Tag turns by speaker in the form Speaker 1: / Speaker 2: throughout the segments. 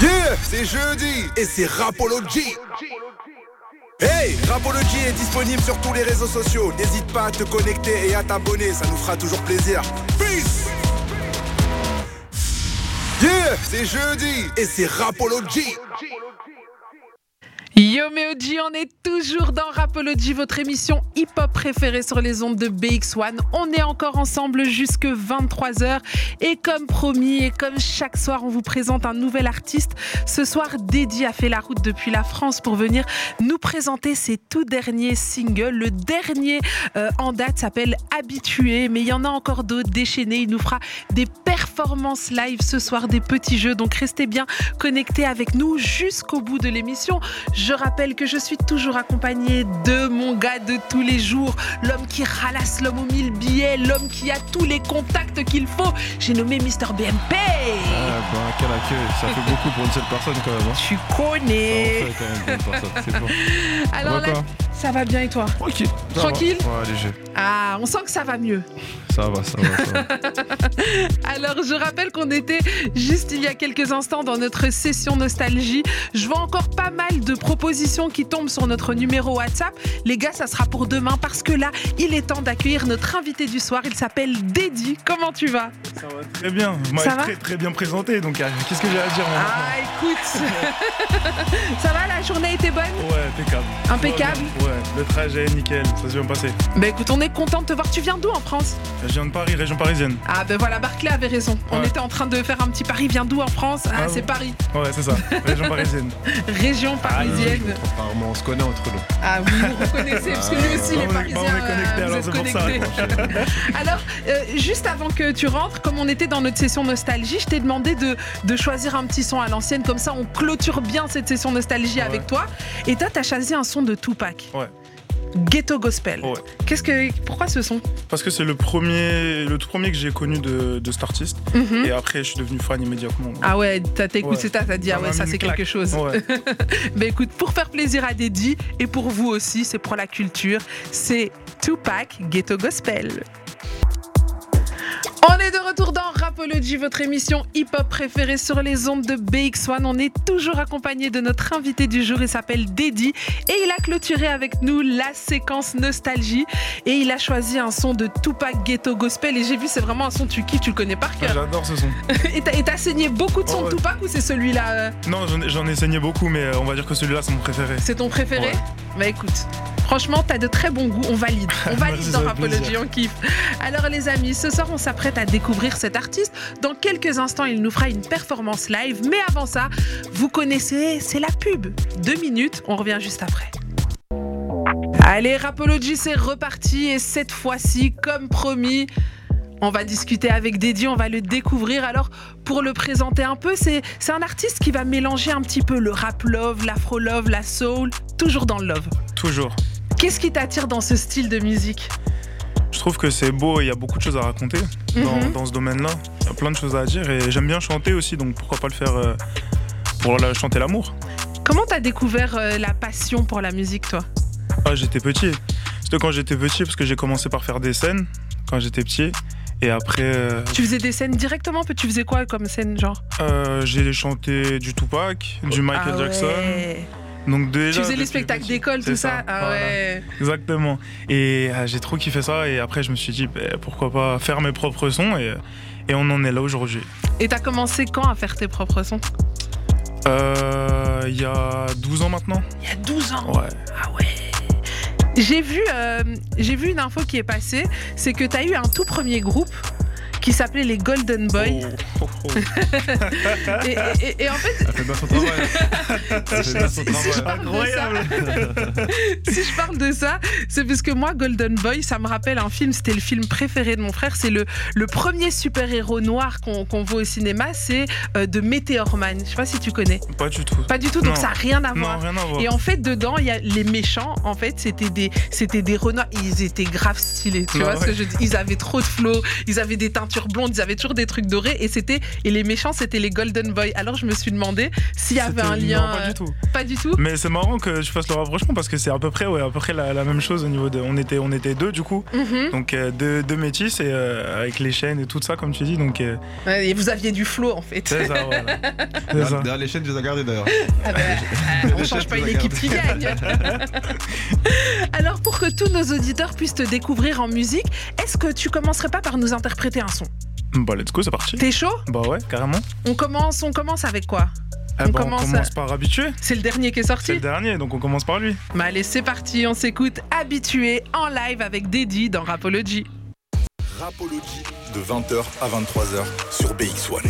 Speaker 1: Yeah, c'est jeudi et c'est Rapology. Hey, Rapology est disponible sur tous les réseaux sociaux. N'hésite pas à te connecter et à t'abonner, ça nous fera toujours plaisir. Peace. Yeah, c'est jeudi et c'est Rapology.
Speaker 2: Yo Meoji, on est toujours dans Rapology, votre émission hip-hop préférée sur les ondes de BX1. On est encore ensemble jusque 23h et comme promis et comme chaque soir, on vous présente un nouvel artiste. Ce soir, Dédi a fait la route depuis la France pour venir nous présenter ses tout derniers singles. Le dernier euh, en date s'appelle Habitué, mais il y en a encore d'autres déchaînés. Il nous fera des performances live ce soir, des petits jeux. Donc restez bien connectés avec nous jusqu'au bout de l'émission. Je rappelle que je suis toujours accompagnée de mon gars de tous les jours, l'homme qui ralasse l'homme aux mille billets, l'homme qui a tous les contacts qu'il faut. J'ai nommé Mister BMP.
Speaker 3: Ah bah quel accueil, ça fait beaucoup pour une seule personne quand même. Hein.
Speaker 2: Tu
Speaker 3: Ça
Speaker 2: connais.
Speaker 3: en
Speaker 4: Ah,
Speaker 3: fait quand même pour une personne, c'est bon.
Speaker 2: Alors
Speaker 3: Ça
Speaker 2: là,
Speaker 3: va quoi
Speaker 2: ça va bien et toi
Speaker 3: Tranquille. ça va.
Speaker 2: Tranquille
Speaker 3: Ouais léger.
Speaker 2: Ah, on sent que ça va mieux.
Speaker 3: Ça va, ça va, ça va.
Speaker 2: Alors, je rappelle qu'on était juste il y a quelques instants dans notre session nostalgie. Je vois encore pas mal de propositions qui tombent sur notre numéro WhatsApp. Les gars, ça sera pour demain parce que là, il est temps d'accueillir notre invité du soir. Il s'appelle Dédi. Comment tu vas
Speaker 3: Ça va très bien. Vous
Speaker 2: m'avez Ça va
Speaker 3: très très bien présenté donc euh, qu'est-ce que j'ai à dire hein
Speaker 2: Ah, écoute Ça va, la journée était bonne
Speaker 3: Ouais, impeccable.
Speaker 2: Ah. Impeccable
Speaker 3: Ouais, le trajet nickel, ça s'est bien passé.
Speaker 2: Bah écoute, on est content de te voir. Tu viens d'où en France
Speaker 3: Je viens de Paris, région parisienne.
Speaker 2: Ah, ben voilà, Barclay avait raison. On
Speaker 3: Ouais.
Speaker 2: était en train de faire un petit Paris. Viens d'où en France Ah,
Speaker 3: Ah Ah,
Speaker 2: c'est
Speaker 3: bon
Speaker 2: Paris.
Speaker 3: Ouais, c'est ça, région parisienne.
Speaker 2: Région parisienne.
Speaker 4: Apparemment, on se connaît entre nous.
Speaker 2: Ah oui, vous reconnaissez, parce que lui aussi, il
Speaker 3: Bah,
Speaker 2: est
Speaker 3: on est- bah,
Speaker 2: parisien.
Speaker 3: on est connectés,
Speaker 2: euh, vous
Speaker 3: alors
Speaker 2: êtes
Speaker 3: c'est pour ça.
Speaker 2: connectés. Alors, euh, juste avant que tu rentres, comme on était dans notre session nostalgie, je t'ai demandé de, de choisir un petit son à l'ancienne, comme ça on clôture bien cette session nostalgie
Speaker 3: Ouais.
Speaker 2: avec toi. Et toi, t'as choisi un son de Tupac.
Speaker 3: Ouais.
Speaker 2: Ghetto Gospel.
Speaker 3: Ouais.
Speaker 2: Qu'est-ce que, pourquoi ce son
Speaker 3: Parce que c'est le premier, le tout premier que j'ai connu de, de cet artiste.
Speaker 2: Mhm.
Speaker 3: Et après, je suis devenu fan immédiatement.
Speaker 2: Ah ouais, t'as t'as écouté
Speaker 3: Ouais.
Speaker 2: ça, t'as dit,
Speaker 3: Ça
Speaker 2: ah ouais,
Speaker 3: m'a
Speaker 2: ça
Speaker 3: mis
Speaker 2: c'est
Speaker 3: une
Speaker 2: quelque
Speaker 3: claque.
Speaker 2: chose.
Speaker 3: Ouais.
Speaker 2: Bah écoute, pour faire plaisir à Dédi, et pour vous aussi, c'est pour la culture, c'est Tupac Ghetto Gospel. On est de retour dans Rapology, votre émission hip-hop préférée sur les ondes de BX1. On est toujours accompagné de notre invité du jour, il s'appelle Dédi, et il a clôturé avec nous la séquence nostalgie, et il a choisi un son de Tupac Ghetto Gospel, et j'ai vu, c'est vraiment un son tu kiffes, tu le connais par
Speaker 3: Ah,
Speaker 2: cœur.
Speaker 3: J'adore ce son.
Speaker 2: Et t'as- et t'as saigné beaucoup de sons
Speaker 3: Oh ouais.
Speaker 2: de Tupac, ou c'est celui-là euh,
Speaker 3: Non, j'en ai- j'en ai saigné beaucoup, mais euh, on va dire que celui-là, c'est mon préféré.
Speaker 2: C'est ton préféré
Speaker 3: Ouais.
Speaker 2: Bah écoute, franchement, t'as de très bons goûts, on valide. On valide
Speaker 3: Merci,
Speaker 2: dans
Speaker 3: ça fait
Speaker 2: Rapology,
Speaker 3: plaisir.
Speaker 2: on kiffe. Alors les amis, ce soir, on s'apprête à découvrir cet artiste. Dans quelques instants, il nous fera une performance live. Mais avant ça, vous connaissez, c'est la pub. Deux minutes, on revient juste après. Allez, Rapology, c'est reparti. Et cette fois-ci, comme promis, on va discuter avec Dédi, on va le découvrir. Alors, pour le présenter un peu, c'est c'est un artiste qui va mélanger un petit peu le rap love, l'afro love, la soul, toujours dans le love.
Speaker 3: Toujours.
Speaker 2: Qu'est-ce qui t'attire dans ce style de musique
Speaker 3: Je trouve que c'est beau et il y a beaucoup de choses à raconter dans,
Speaker 2: Mhm.
Speaker 3: dans ce domaine-là. Il y a plein de choses à dire et j'aime bien chanter aussi, donc pourquoi pas le faire euh, pour la- chanter l'amour
Speaker 2: Comment t'as découvert euh, la passion pour la musique, toi
Speaker 3: Ah, j'étais petit. C'était quand j'étais petit parce que j'ai commencé par faire des scènes quand j'étais petit. Et après, euh,
Speaker 2: Tu faisais des scènes directement, puis tu faisais quoi comme scène, genre
Speaker 3: euh, j'ai chanté du Tupac, du Michael
Speaker 2: Ah
Speaker 3: Jackson.
Speaker 2: ouais.
Speaker 3: Donc déjà,
Speaker 2: Tu faisais les
Speaker 3: depuis
Speaker 2: spectacles
Speaker 3: petit,
Speaker 2: d'école,
Speaker 3: c'est
Speaker 2: tout ça, Ah
Speaker 3: voilà.
Speaker 2: ouais.
Speaker 3: Exactement. Et euh, j'ai trop kiffé ça. Et après, je me suis dit, bah, pourquoi pas faire mes propres sons. Et, et on en est là aujourd'hui.
Speaker 2: Et t'as commencé quand à faire tes propres sons
Speaker 3: Euh, Il y a 12 ans maintenant.
Speaker 2: Il y a 12 ans
Speaker 3: Ouais.
Speaker 2: Ah ouais J'ai vu, euh, j'ai vu une info qui est passée, c'est que tu as eu un tout premier groupe qui s'appelait les Golden Boys.
Speaker 3: Oh, oh, oh.
Speaker 2: Et, et- et en fait,
Speaker 4: Elle fait bien son travail. Elle fait bien son
Speaker 2: si je
Speaker 4: travail.
Speaker 2: parle de ça, si je parle de ça, c'est parce que moi, Golden Boy, ça me rappelle un film, c'était le film préféré de mon frère, c'est le, le premier super-héros noir qu'on qu'on voit au cinéma, c'est euh, de Meteor Man. Je sais pas si tu connais.
Speaker 3: Pas du tout.
Speaker 2: Pas du tout, donc
Speaker 3: Non.
Speaker 2: ça n'a rien à voir.
Speaker 3: Non, rien à voir.
Speaker 2: Et en fait, dedans, il y a les méchants. En fait, c'était des, c'était des renards. Ils étaient grave stylés, tu
Speaker 3: Ah
Speaker 2: vois.
Speaker 3: ouais.
Speaker 2: ce que je dis. ils avaient trop de flow. Ils avaient des teintures voitures blondes, ils avaient toujours des trucs dorés et c'était et les méchants c'était les Golden Boys. Alors je me suis demandé s'il y avait
Speaker 3: C'était-
Speaker 2: un lien.
Speaker 3: Non, pas
Speaker 2: euh,
Speaker 3: du tout. Mm.
Speaker 2: pas du tout.
Speaker 3: Mais c'est marrant que tu fasses le rapprochement parce que c'est à peu près, ouais, à peu près la, la même chose au niveau de. On était, on était deux du coup,
Speaker 2: Mhm.
Speaker 3: donc euh, deux, deux métis et euh, avec les chaînes et tout ça, comme tu dis. Donc euh,
Speaker 2: Ouais, Et vous aviez du flow en fait.
Speaker 3: c'est ça, voilà. C'est ça.
Speaker 4: Derrière les chaînes, je les ai gardées d'ailleurs.
Speaker 2: Ah bah, euh, on change pas une équipe qui gagne. Alors pour que tous nos auditeurs puissent te découvrir en musique, est-ce que tu commencerais pas par nous interpréter un son
Speaker 3: Bah let's go, c'est parti.
Speaker 2: T'es chaud
Speaker 3: Bah ouais, carrément.
Speaker 2: On commence, on commence avec quoi
Speaker 3: Eh
Speaker 2: On
Speaker 3: bah,
Speaker 2: commence à-
Speaker 3: on commence par habitué.
Speaker 2: C'est le dernier qui est
Speaker 3: C'est le
Speaker 2: sorti.
Speaker 3: dernier, donc on commence par lui.
Speaker 2: Bah allez, c'est parti, on s'écoute habitué en live avec Deddy dans Rapology.
Speaker 1: Rapology de 20h à 23h sur BX1.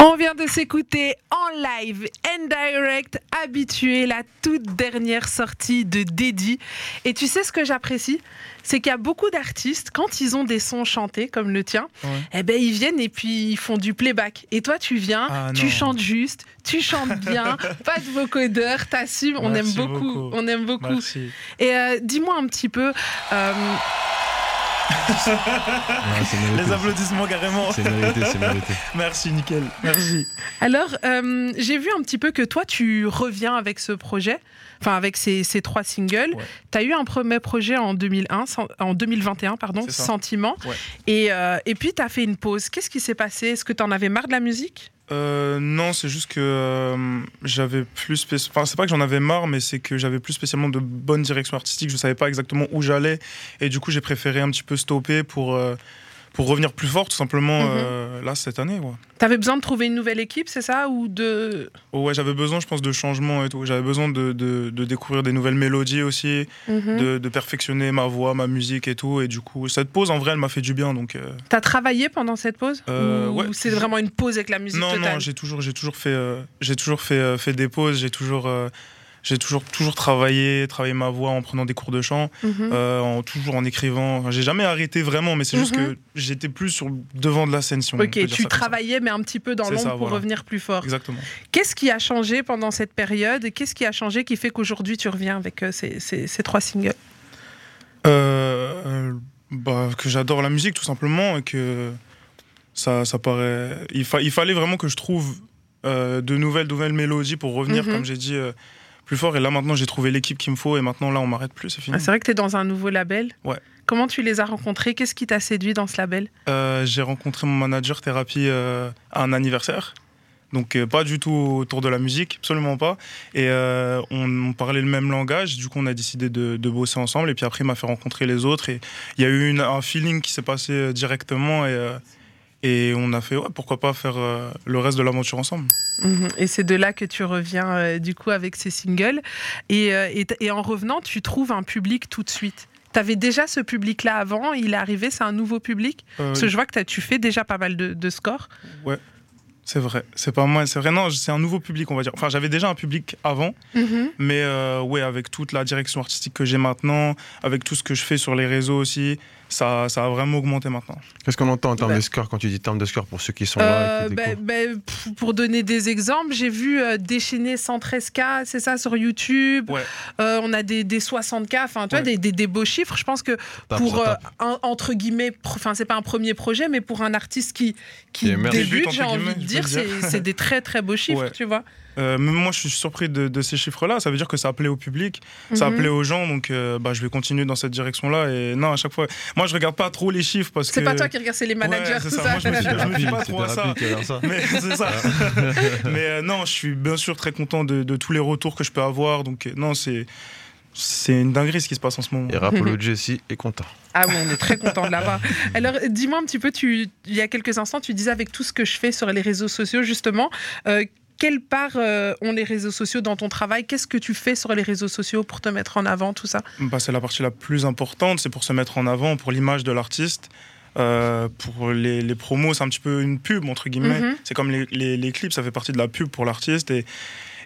Speaker 2: On vient de s'écouter en live, and direct, habitué, la toute dernière sortie de Dédi. Et tu sais ce que j'apprécie C'est qu'il y a beaucoup d'artistes, quand ils ont des sons chantés comme le tien,
Speaker 3: Ouais.
Speaker 2: eh ben, ils viennent et puis ils font du playback. Et toi, tu viens,
Speaker 3: Ah,
Speaker 2: tu
Speaker 3: non.
Speaker 2: chantes juste, tu chantes bien, pas de vocodeur, t'assumes, on aime
Speaker 3: Merci
Speaker 2: beaucoup,
Speaker 3: beaucoup.
Speaker 2: On aime beaucoup.
Speaker 3: Merci.
Speaker 2: Et euh, dis-moi un petit peu, euh,
Speaker 3: Les applaudissements carrément.
Speaker 4: Ah, C'est mérité, c'est mérité.
Speaker 3: Merci, nickel. Merci.
Speaker 2: Alors, euh, j'ai vu un petit peu que toi, tu reviens avec ce projet, enfin avec ces, ces trois singles.
Speaker 3: Ouais.
Speaker 2: Tu as eu un premier projet en, 2001, sen- en 2021, pardon,
Speaker 3: C'est ça.
Speaker 2: Sentiment.
Speaker 3: Ouais.
Speaker 2: Et, euh, et puis, tu as fait une pause. Qu'est-ce qui s'est passé Est-ce que tu en avais marre de la musique
Speaker 3: Euh, non, c'est juste que euh, j'avais plus. spéc- Enfin, c'est pas que j'en avais marre, mais c'est que j'avais plus spécialement de bonnes directions artistiques. Je savais pas exactement où j'allais. Et du coup, j'ai préféré un petit peu stopper pour, euh, pour revenir plus fort, tout simplement,
Speaker 2: Mhm.
Speaker 3: euh, là, cette année. Ouais,
Speaker 2: Tu avais besoin de trouver une nouvelle équipe, c'est ça Ou de.
Speaker 3: Oh, ouais j'avais besoin, je pense, de changements et tout. J'avais besoin de, de- de découvrir des nouvelles mélodies aussi,
Speaker 2: Mhm.
Speaker 3: de, de perfectionner ma voix, ma musique et tout. Et du coup, cette pause, en vrai, elle m'a fait du bien. Donc, euh,
Speaker 2: T'as travaillé pendant cette pause
Speaker 3: Euh,
Speaker 2: Ou
Speaker 3: ouais.
Speaker 2: c'est vraiment une pause avec la musique
Speaker 3: non,
Speaker 2: totale
Speaker 3: non, j'ai toujours, j'ai toujours fait, euh, j'ai toujours fait, euh, fait des pauses, j'ai toujours, euh, j'ai toujours, toujours travaillé, travaillé ma voix en prenant des cours de chant,
Speaker 2: Mhm.
Speaker 3: euh, en toujours en écrivant. Enfin, j'ai jamais arrêté vraiment, mais c'est juste
Speaker 2: Mhm.
Speaker 3: que j'étais plus sur le devant de la scène, si on peut
Speaker 2: Ok,
Speaker 3: dire ça
Speaker 2: tu
Speaker 3: comme ça.
Speaker 2: travaillais, mais un petit peu dans
Speaker 3: C'est
Speaker 2: l'ombre
Speaker 3: ça,
Speaker 2: pour
Speaker 3: voilà.
Speaker 2: revenir plus fort.
Speaker 3: Exactement.
Speaker 2: Qu'est-ce qui a changé pendant cette période et Qu'est-ce qui a changé qui fait qu'aujourd'hui tu reviens avec euh, ces, ces- ces trois singles
Speaker 3: Euh, euh, bah, que j'adore la musique tout simplement et que ça, ça paraît. Il, fa- il fallait vraiment que je trouve euh, de nouvelles, nouvelles mélodies pour revenir,
Speaker 2: Mhm.
Speaker 3: comme j'ai dit. euh, plus fort et là maintenant j'ai trouvé l'équipe qu'il me faut et maintenant là on m'arrête plus c'est fini.
Speaker 2: Ah, C'est vrai que tu es dans un nouveau label.
Speaker 3: Ouais.
Speaker 2: Comment tu les as rencontrés Qu'est-ce qui t'a séduit dans ce label
Speaker 3: Euh, j'ai rencontré mon manager thérapie euh, à un anniversaire. Donc euh, pas du tout autour de la musique, absolument pas. Et euh, on, on parlait le même langage, du coup on a décidé de, de bosser ensemble. Et puis après il m'a fait rencontrer les autres. Et il y a eu une- un feeling qui s'est passé euh, directement. Et, euh, et on a fait, ouais, pourquoi pas faire euh, le reste de l'aventure ensemble.
Speaker 2: Mhm. Et c'est de là que tu reviens euh, du coup avec ces singles. Et, euh, et t- et en revenant, tu trouves un public tout de suite. Tu avais déjà ce public-là avant, il est arrivé, c'est un nouveau public.
Speaker 3: Euh,
Speaker 2: Parce que je vois que t'as- tu fais déjà pas mal de, de scores.
Speaker 3: c'est vrai, c'est pas moi, c'est vrai. Non, c'est un nouveau public, on va dire. Enfin, j'avais déjà un public avant. Mais euh, ouais, avec toute la direction artistique que j'ai maintenant, avec tout ce que je fais sur les réseaux aussi, ça, ça a vraiment augmenté maintenant.
Speaker 5: Qu'est-ce qu'on entend en termes
Speaker 2: Bah.
Speaker 5: de score quand tu dis termes de score pour ceux qui sont là
Speaker 2: Euh,
Speaker 5: et qui
Speaker 2: ben-
Speaker 5: découvrent
Speaker 2: ben, pff, pour donner des exemples, j'ai vu euh, déchaîner 113K, c'est ça, sur YouTube.
Speaker 3: Ouais.
Speaker 2: Euh, on a des, des 60K, enfin, tu vois,
Speaker 3: Ouais.
Speaker 2: des, des- des beaux chiffres. Je pense que
Speaker 5: Tape,
Speaker 2: pour,
Speaker 5: ça
Speaker 2: euh,
Speaker 5: tape.
Speaker 2: un- entre guillemets, pro- enfin, c'est pas un premier projet, mais pour un artiste qui, qui
Speaker 5: Qui émerge.
Speaker 3: Débute,
Speaker 2: débute,
Speaker 3: entre
Speaker 2: j'ai envie
Speaker 3: guillemets,
Speaker 2: de
Speaker 3: je
Speaker 2: dire,
Speaker 3: peux le
Speaker 2: c'est c'est des très très beaux chiffres,
Speaker 3: Ouais.
Speaker 2: tu vois.
Speaker 3: Euh, même moi, je suis surpris de, de ces chiffres-là. Ça veut dire que ça plaît au public, ça
Speaker 2: Mhm.
Speaker 3: plaît aux gens. Donc, euh, bah, je vais continuer dans cette direction-là. Et non, à chaque fois, moi, je regarde pas trop les chiffres parce que.
Speaker 2: C'est pas toi qui regarde, c'est les managers,
Speaker 3: c'est
Speaker 2: tout
Speaker 3: ça.
Speaker 2: ça.
Speaker 3: Moi, je me suis-
Speaker 5: C'était
Speaker 3: je me dis
Speaker 5: rapide,
Speaker 3: pas
Speaker 5: c'était
Speaker 3: trop à ça.
Speaker 5: rapide qu'il y avait ça.
Speaker 3: Mais c'est ça. Mais euh, non, je suis bien sûr très content de, de tous les retours que je peux avoir. Donc, euh, non, c'est. C'est une dinguerie ce qui se passe en ce moment.
Speaker 5: Et Rapology aussi est content.
Speaker 2: Ah oui, on est très content de l'avoir. Alors, dis-moi un petit peu, tu, il y a quelques instants, tu disais avec tout ce que je fais sur les réseaux sociaux, justement, euh, quelle part euh, ont les réseaux sociaux dans ton travail Qu'est-ce que tu fais sur les réseaux sociaux pour te mettre en avant, tout ça
Speaker 3: Bah, c'est la partie la plus importante, c'est pour se mettre en avant, pour l'image de l'artiste. Euh, pour les, les promos, c'est un petit peu une pub, entre guillemets.
Speaker 2: Mhm.
Speaker 3: C'est comme les, les- les clips, ça fait partie de la pub pour l'artiste. Et,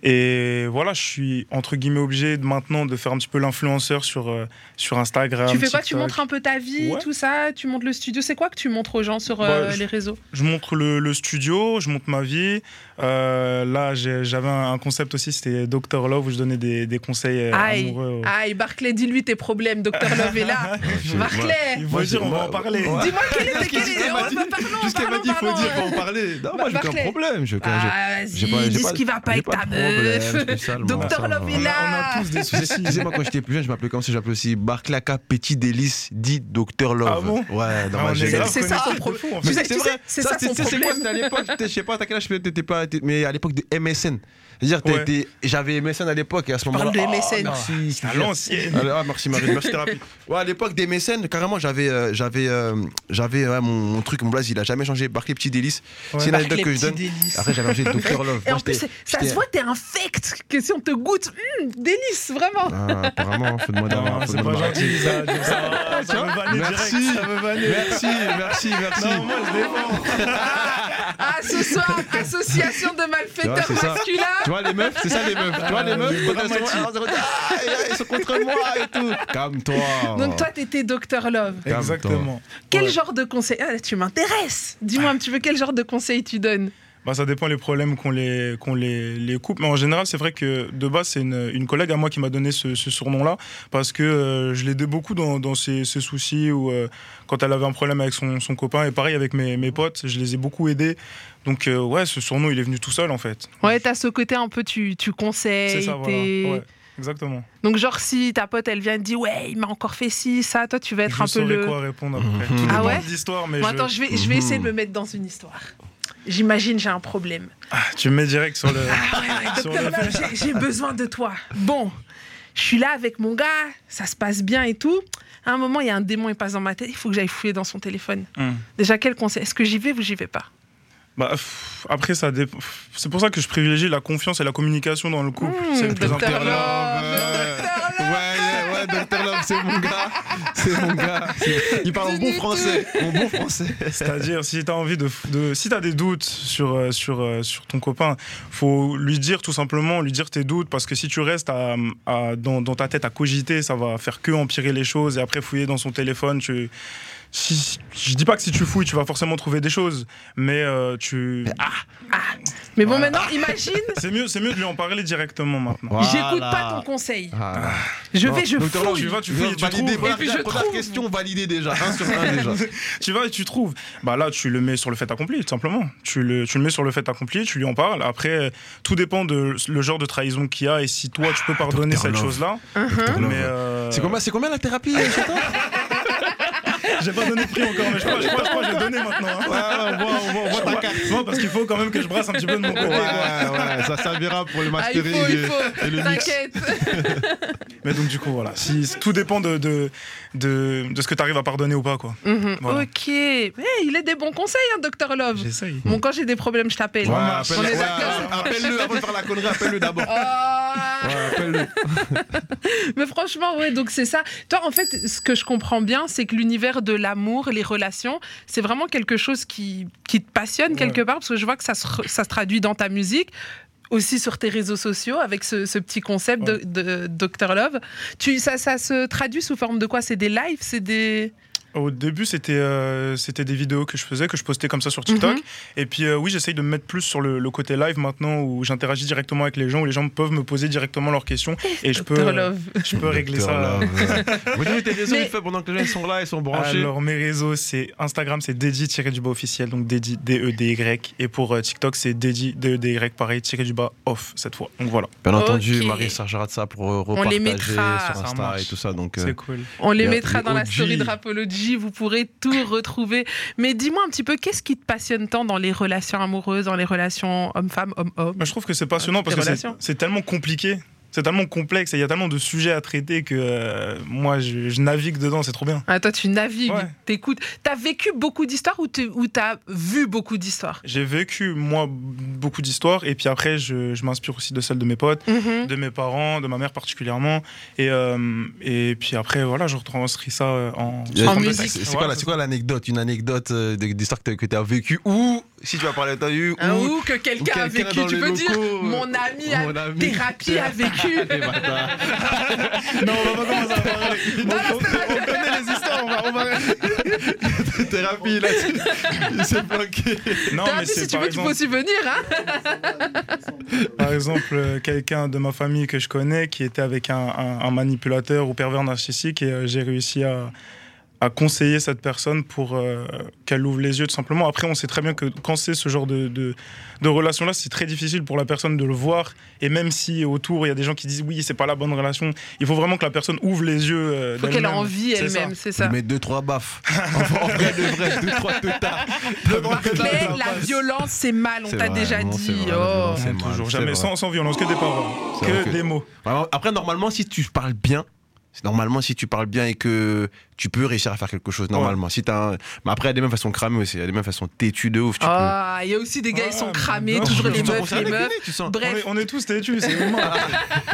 Speaker 3: Et voilà, je suis entre guillemets obligé de, maintenant de faire un petit peu l'influenceur sur, euh, sur Instagram.
Speaker 2: Tu fais quoi
Speaker 3: TikTok.
Speaker 2: Tu montres un peu ta vie,
Speaker 3: Ouais.
Speaker 2: tout ça Tu montres le studio C'est quoi que tu montres aux gens sur
Speaker 3: Bah,
Speaker 2: euh,
Speaker 3: je-
Speaker 2: les réseaux
Speaker 3: Je montre le, le studio, je montre ma vie. Euh, là, j'ai- j'avais un un concept aussi, c'était Doctor Love, où je donnais des, des conseils euh,
Speaker 2: Aïe. Ah,
Speaker 3: amoureux. aux-
Speaker 2: Aïe, Barclay, dis-lui tes problèmes. Docteur Love est là. Barclay
Speaker 3: Il faut
Speaker 5: Moi,
Speaker 3: le dire,
Speaker 5: j'ai-
Speaker 3: on va
Speaker 5: moi-
Speaker 3: en parler.
Speaker 5: ouais.
Speaker 2: Dis-moi quel est, quel est- Oh, bah,
Speaker 4: Jusqu'à m'a
Speaker 2: on
Speaker 4: dit-
Speaker 2: va- parlons,
Speaker 4: Jusqu'à m'a
Speaker 2: parlons,
Speaker 4: dit, faut
Speaker 2: parlons.
Speaker 4: dire qu'on parlait. Non,
Speaker 2: Bah,
Speaker 4: moi j'ai aucun
Speaker 2: Barclay.
Speaker 4: problème. Je, quand j'ai-
Speaker 2: Ah,
Speaker 5: hein. j'ai
Speaker 2: si,
Speaker 5: pas- j'ai
Speaker 2: dis
Speaker 5: pas-
Speaker 2: ce qui va pas
Speaker 5: j'ai
Speaker 2: avec ta
Speaker 5: de problème,
Speaker 2: meuf.
Speaker 5: c'est tout ça, le hein.
Speaker 2: Docteur
Speaker 5: moment, ça va.
Speaker 3: On a, on
Speaker 2: Lovina.
Speaker 3: a tous des
Speaker 5: Tu sais,
Speaker 3: soucis.
Speaker 5: Excusez-moi, quand j'étais plus jeune, je m'appelais comme ça, j'appelais aussi Barclaka Petit Délice, dit Docteur Love.
Speaker 3: Ah bon
Speaker 5: Ouais, dans
Speaker 3: Ah,
Speaker 5: ma
Speaker 3: on est
Speaker 5: jeunesse.
Speaker 3: grave
Speaker 2: C'est ça,
Speaker 3: connectés
Speaker 2: son
Speaker 3: de fou, en
Speaker 2: Tu
Speaker 3: fait.
Speaker 2: sais,
Speaker 5: c'est
Speaker 2: tu sais,
Speaker 5: vrai.
Speaker 2: c'est
Speaker 5: Ça,
Speaker 2: ça, son
Speaker 5: tu sais, c'est quoi,
Speaker 2: problème.
Speaker 5: c'était à l'époque, t'étais- je sais pas, à quel âge peut-être t'étais pas, t'étais- mais à l'époque de MSN. C'est-à-dire, t'as
Speaker 3: Ouais.
Speaker 5: été- j'avais MSN à l'époque et à ce
Speaker 2: parle
Speaker 5: moment-là.
Speaker 2: de
Speaker 5: oh,
Speaker 2: MSN.
Speaker 5: merci, je te
Speaker 3: À
Speaker 5: jure.
Speaker 3: l'ancienne.
Speaker 5: Ah, ah, merci Marie, merci thérapie. Ouais, à l'époque des mécènes, carrément, j'avais, euh, j'avais, euh, j'avais ouais, mon, mon truc, mon blaze, il a jamais changé. Barclay Petit Délice,
Speaker 3: Ouais.
Speaker 5: c'est une anecdote
Speaker 2: Barclay
Speaker 5: que je donne.
Speaker 2: Petit Délice.
Speaker 5: Après, j'avais mangé Docteur Love.
Speaker 2: Et
Speaker 5: Moi,
Speaker 2: en plus,
Speaker 5: j'étais-
Speaker 2: ça se
Speaker 5: j'étais-
Speaker 2: voit, t'es infect. Que si on te goûte, hum, délice, vraiment.
Speaker 5: Ah, apparemment, faut demander à
Speaker 3: Non,
Speaker 5: faut
Speaker 3: c'est pas
Speaker 5: demander à-
Speaker 3: gentil, ça. Dieu, Ça ça me vanner direct.
Speaker 5: Merci.
Speaker 3: Ça me vanner.
Speaker 5: Merci, merci, merci.
Speaker 3: Non, moi, je défends.
Speaker 2: Ah, ce soir, association de
Speaker 5: Ouais,
Speaker 2: malfaiteurs
Speaker 5: c'est ça.
Speaker 2: masculins.
Speaker 5: Tu vois les meufs, c'est ça les meufs. Tu vois
Speaker 3: Euh,
Speaker 5: les meufs, quand elles sont- elles sont- Ah, ils sont contre moi et tout. Calme-toi.
Speaker 2: Donc toi, t'étais Docteur Love.
Speaker 5: Calme-toi.
Speaker 3: Exactement.
Speaker 2: Quel
Speaker 5: Ouais.
Speaker 2: genre de conseil Ah, tu m'intéresses. Dis-moi un petit peu quel genre de conseil tu donnes.
Speaker 3: Bah, ça dépend les problèmes qu'on les, qu'on les, les coupe. Mais en général, c'est vrai que de base, c'est une, une collègue à moi qui m'a donné ce, ce surnom-là parce que euh, je l'aidais beaucoup dans, dans ses, ses soucis ou euh, quand elle avait un problème avec son, son copain. Et pareil avec mes, mes potes, je les ai beaucoup aidés. Donc, euh, ouais, ce surnom, il est venu tout seul en fait.
Speaker 2: Ouais, t'as ce côté un peu, tu, tu conseilles.
Speaker 3: C'est ça, voilà.
Speaker 2: t'es-
Speaker 3: Ouais, exactement.
Speaker 2: Donc, genre, si ta pote, elle vient et te dit, ouais, il m'a encore fait ci, ça, toi, tu vas être
Speaker 3: je
Speaker 2: un peu
Speaker 3: saurais
Speaker 2: le.
Speaker 3: quoi répondre après.
Speaker 5: Mhm.
Speaker 3: Tout
Speaker 2: Ah
Speaker 3: dépend
Speaker 2: ouais
Speaker 3: de l'histoire, mais
Speaker 2: Bon,
Speaker 3: je-
Speaker 2: attends, je vais, je vais
Speaker 5: Mhm.
Speaker 2: essayer de me mettre dans une histoire. J'imagine, j'ai un problème.
Speaker 3: Ah, tu me mets direct sur le.
Speaker 2: Ah ouais, ouais,
Speaker 3: Sur
Speaker 2: docteur
Speaker 3: le
Speaker 2: Love, j'ai- j'ai besoin de toi. Bon, je suis là avec mon gars, ça se passe bien et tout. À un moment, il y a un démon, il passe dans ma tête, il faut que j'aille fouiller dans son téléphone.
Speaker 3: Hum.
Speaker 2: Déjà, quel conseil Est-ce que j'y vais ou j'y vais pas
Speaker 3: Bah, pff, après, ça dépend. pff, C'est pour ça que je privilégie la confiance et la communication dans le couple.
Speaker 2: Mmh,
Speaker 3: c'est le plus
Speaker 2: docteur
Speaker 3: important.
Speaker 5: Docteur Love. Ouais, ouais, ouais, Docteur Love, c'est mon gars. C'est mon gars. C'est- Il parle en bon français. En bon français.
Speaker 3: C'est-à-dire, si t'as envie de, de- si t'as des doutes sur euh, sur euh, sur ton copain, faut lui dire tout simplement, lui dire tes doutes, parce que si tu restes à, à- dans, dans ta tête à cogiter, ça va faire que empirer les choses et après fouiller dans son téléphone, tu si, je dis pas que si tu fouilles, tu vas forcément trouver des choses, mais euh, tu.
Speaker 2: Mais bon,
Speaker 3: Voilà.
Speaker 2: maintenant, imagine,
Speaker 3: C'est mieux, c'est mieux de lui en parler directement maintenant.
Speaker 2: j'écoute pas ton conseil.
Speaker 5: Ah.
Speaker 2: Je vais, je
Speaker 5: Docteur Love,
Speaker 2: fouille.
Speaker 3: tu vas, tu fouilles, et tu
Speaker 5: Validé,
Speaker 3: trouves. Euh.
Speaker 5: voilà,
Speaker 2: Et puis je
Speaker 5: la première
Speaker 2: trouve.
Speaker 5: question validée déjà. Un sur un déjà.
Speaker 3: tu vas et tu trouves. Bah là, tu le mets sur le fait accompli, tout simplement. Tu le, tu le mets sur le fait accompli, tu lui en parles. Après, euh, tout dépend de le genre de trahison qu'il y a et si toi, tu peux pardonner
Speaker 5: Dr.
Speaker 3: cette
Speaker 5: Love.
Speaker 3: chose-là.
Speaker 5: Docteur
Speaker 3: Mais
Speaker 5: Love.
Speaker 3: euh,
Speaker 5: C'est combien, c'est combien la thérapie euh, Chantal
Speaker 3: J'ai pas donné de prix encore, mais je crois, je crois, je crois que j'ai donné maintenant. hein.
Speaker 5: on voit, on voit, on voit ta carte.
Speaker 3: Non, parce qu'il faut quand même que je brasse un petit peu de mon
Speaker 5: Ouais,
Speaker 3: côté.
Speaker 5: ouais, ça servira pour le
Speaker 2: Ah, il
Speaker 5: mastering
Speaker 2: faut, il
Speaker 5: et-
Speaker 2: faut.
Speaker 5: et le mix.
Speaker 2: T'inquiète.
Speaker 3: Mais donc, du coup, voilà. Si, tout dépend de, de, de, de ce que tu arrives à pardonner ou pas, quoi.
Speaker 2: Mhm.
Speaker 3: Voilà.
Speaker 2: Ok. Eh, il a des bons conseils, hein, Docteur Love.
Speaker 3: J'essaye.
Speaker 2: Bon, quand j'ai des problèmes, je t'appelle.
Speaker 5: Ouais,
Speaker 2: On
Speaker 5: appelle-
Speaker 2: est
Speaker 5: ouais, euh,
Speaker 2: d'accord.
Speaker 5: Appelle-le avant de faire la connerie, appelle-le d'abord.
Speaker 2: Oh.
Speaker 5: Ouais, appelle-le.
Speaker 2: Mais franchement, ouais, donc c'est ça. Toi, en fait, ce que je comprends bien, c'est que l'univers de l'amour, les relations, c'est vraiment quelque chose qui, qui te passionne
Speaker 3: Ouais.
Speaker 2: quelque part, parce que je vois que ça se, re- ça se traduit dans ta musique, aussi sur tes réseaux sociaux, avec ce, ce petit concept de, de Dr. Love. Tu, ça, ça se traduit sous forme de quoi C'est des lives C'est des.
Speaker 3: Au début, c'était euh, c'était des vidéos que je faisais, que je postais comme ça sur TikTok.
Speaker 2: Mhm.
Speaker 3: Et puis, euh, oui, j'essaye de me mettre plus sur le, le côté live maintenant où j'interagis directement avec les gens, où les gens peuvent me poser directement leurs questions et je peux,
Speaker 2: Dr.
Speaker 3: euh,
Speaker 2: Love.
Speaker 3: je peux régler
Speaker 5: Docteur
Speaker 3: ça.
Speaker 5: Love. Vous avez tes réseaux,
Speaker 2: Mais-
Speaker 5: il fait pendant que les gens ils sont là, ils sont branchés.
Speaker 3: Alors, mes réseaux, c'est Instagram, c'est dédi tiré du bas officiel, donc dédi, D-E-D-Y. Et pour euh, TikTok, c'est dédi, D-E-D-Y, pareil, tiré du bas off cette fois. Donc voilà,
Speaker 5: Bien entendu,
Speaker 2: Ok.
Speaker 5: Marie chargera de ça pour euh,
Speaker 2: On les
Speaker 5: repartager
Speaker 2: mettra.
Speaker 5: sur
Speaker 3: Ça
Speaker 5: Insta
Speaker 3: marche.
Speaker 5: et tout ça. Donc, euh,
Speaker 3: c'est cool.
Speaker 2: On les
Speaker 5: Il y a
Speaker 2: mettra
Speaker 5: les
Speaker 2: dans la
Speaker 5: OG.
Speaker 2: story de Rapology, vous pourrez tout retrouver. Mais dis-moi un petit peu, qu'est-ce qui te passionne tant dans les relations amoureuses, dans les relations homme-femme, homme-homme
Speaker 3: Moi, je trouve que c'est passionnant
Speaker 2: Ah,
Speaker 3: parce
Speaker 2: Tes
Speaker 3: que c'est-
Speaker 2: relations.
Speaker 3: c'est tellement compliqué. C'est tellement complexe et il y a tellement de sujets à traiter que euh, moi je- je navigue dedans, c'est trop bien.
Speaker 2: Ah, toi, tu navigues,
Speaker 3: Ouais.
Speaker 2: t'écoutes. T'as vécu beaucoup d'histoires ou tu- ou t'as vu beaucoup d'histoires
Speaker 3: J'ai vécu, moi, beaucoup d'histoires. Et puis après, je, je m'inspire aussi de celles de mes potes,
Speaker 2: Mmh.
Speaker 3: de mes parents, de ma mère particulièrement. Et, euh, et puis après, voilà, je retranscris ça euh, en,
Speaker 5: il y a-
Speaker 2: En
Speaker 5: c'est-
Speaker 2: musique.
Speaker 5: C'est quoi la- c'est quoi l'anecdote Une anecdote euh, de- d'histoire que tu as vécue ou si tu vas parler à ta vue,
Speaker 2: Hein,
Speaker 5: ou
Speaker 2: ou que quelqu'un a
Speaker 5: quelqu'un
Speaker 2: vécu.
Speaker 5: dans
Speaker 2: Tu
Speaker 5: les
Speaker 2: peux dire,
Speaker 5: locaux, euh,
Speaker 2: mon ami a
Speaker 5: mon ami.
Speaker 2: thérapie a vécu.
Speaker 5: Des bâtards.
Speaker 3: Non, on va pas commencer à parler. on, on connaît les histoires, on va. on va-
Speaker 5: thérapie là, il s'est planqué.
Speaker 3: Non,
Speaker 2: Thérapie,
Speaker 3: mais
Speaker 2: si
Speaker 3: c'est
Speaker 2: tu
Speaker 3: par,
Speaker 2: veux, tu peux
Speaker 3: exemple-
Speaker 2: aussi venir. Hein.
Speaker 3: par exemple euh, quelqu'un de ma famille que je connais qui était avec un, un- un manipulateur ou pervers narcissique et euh, j'ai réussi à, à conseiller cette personne pour euh, qu'elle ouvre les yeux tout simplement. Après, on sait très bien que quand c'est ce genre de, de, de relation-là, c'est très difficile pour la personne de le voir. Et même si autour, il y a des gens qui disent oui, c'est pas la bonne relation, il faut vraiment que la personne ouvre les yeux. euh,
Speaker 2: Faut qu'elle ait
Speaker 3: d'elle-même.
Speaker 2: envie
Speaker 3: C'est ça.
Speaker 2: elle-même, c'est ça.
Speaker 5: Mais deux trois baffes. En vrai de vrai, deux trois teutards.
Speaker 2: Mais la violence, c'est mal, on
Speaker 5: C'est
Speaker 2: t'a
Speaker 5: vrai,
Speaker 2: déjà
Speaker 5: non, c'est
Speaker 2: dit.
Speaker 5: vrai,
Speaker 2: oh.
Speaker 5: la violence.
Speaker 3: Non,
Speaker 5: C'est mal,
Speaker 3: toujours
Speaker 5: c'est
Speaker 3: jamais
Speaker 5: vrai.
Speaker 3: sans, sans violence, que des paroles, hein.
Speaker 5: C'est
Speaker 3: que
Speaker 5: vrai que-
Speaker 3: des mots.
Speaker 5: Vraiment, Après, normalement, si tu parles bien, c'est normalement, si tu parles bien et que tu peux réussir à faire quelque chose, normalement. Si t'as un- Mais après, il y a des mêmes façons cramées aussi, il y a des mêmes façons têtues de ouf. Tu
Speaker 2: Ah, il y a aussi des gars, ils
Speaker 3: Ah,
Speaker 2: sont
Speaker 3: mais
Speaker 2: cramés,
Speaker 3: non,
Speaker 2: toujours
Speaker 5: peux...
Speaker 2: les
Speaker 5: Tu te
Speaker 2: meufs,
Speaker 5: ressens
Speaker 2: les
Speaker 5: avec
Speaker 2: meufs.
Speaker 5: nez, tu sens.
Speaker 3: On est,
Speaker 2: Bref,
Speaker 3: on est tous têtus, c'est humain.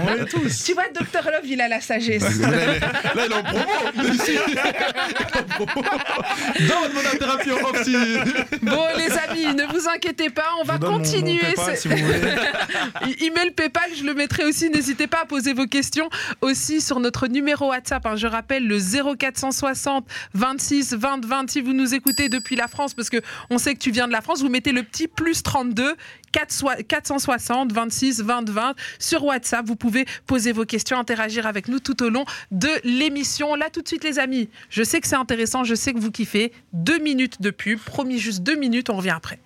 Speaker 3: on est tous.
Speaker 2: tu vois, Dr Love, il a la sagesse.
Speaker 5: Là, il est- là, il est en promo. Ici. Il est en promo. Non, demande la thérapie en off si-
Speaker 2: Bon, les amis, ne vous inquiétez pas, on
Speaker 3: Je
Speaker 2: va
Speaker 3: vous donne mon- mon
Speaker 2: continuer.
Speaker 3: PayPal,
Speaker 2: ce-
Speaker 3: si vous voulez.
Speaker 2: E- Email PayPal, je le mettrai aussi. N'hésitez pas à poser vos questions aussi sur notre numéro WhatsApp. hein. je rappelle le 0460 26 20 20. Si vous nous écoutez depuis la France, parce que on sait que tu viens de la France, vous mettez le petit plus 32 4 soi- 460 26 20 20 sur WhatsApp. Vous pouvez poser vos questions, interagir avec nous tout au long de l'émission. Là, tout de suite, les amis, je sais que c'est intéressant, je sais que vous kiffez. Deux minutes de pub, promis, juste deux minutes, on revient après.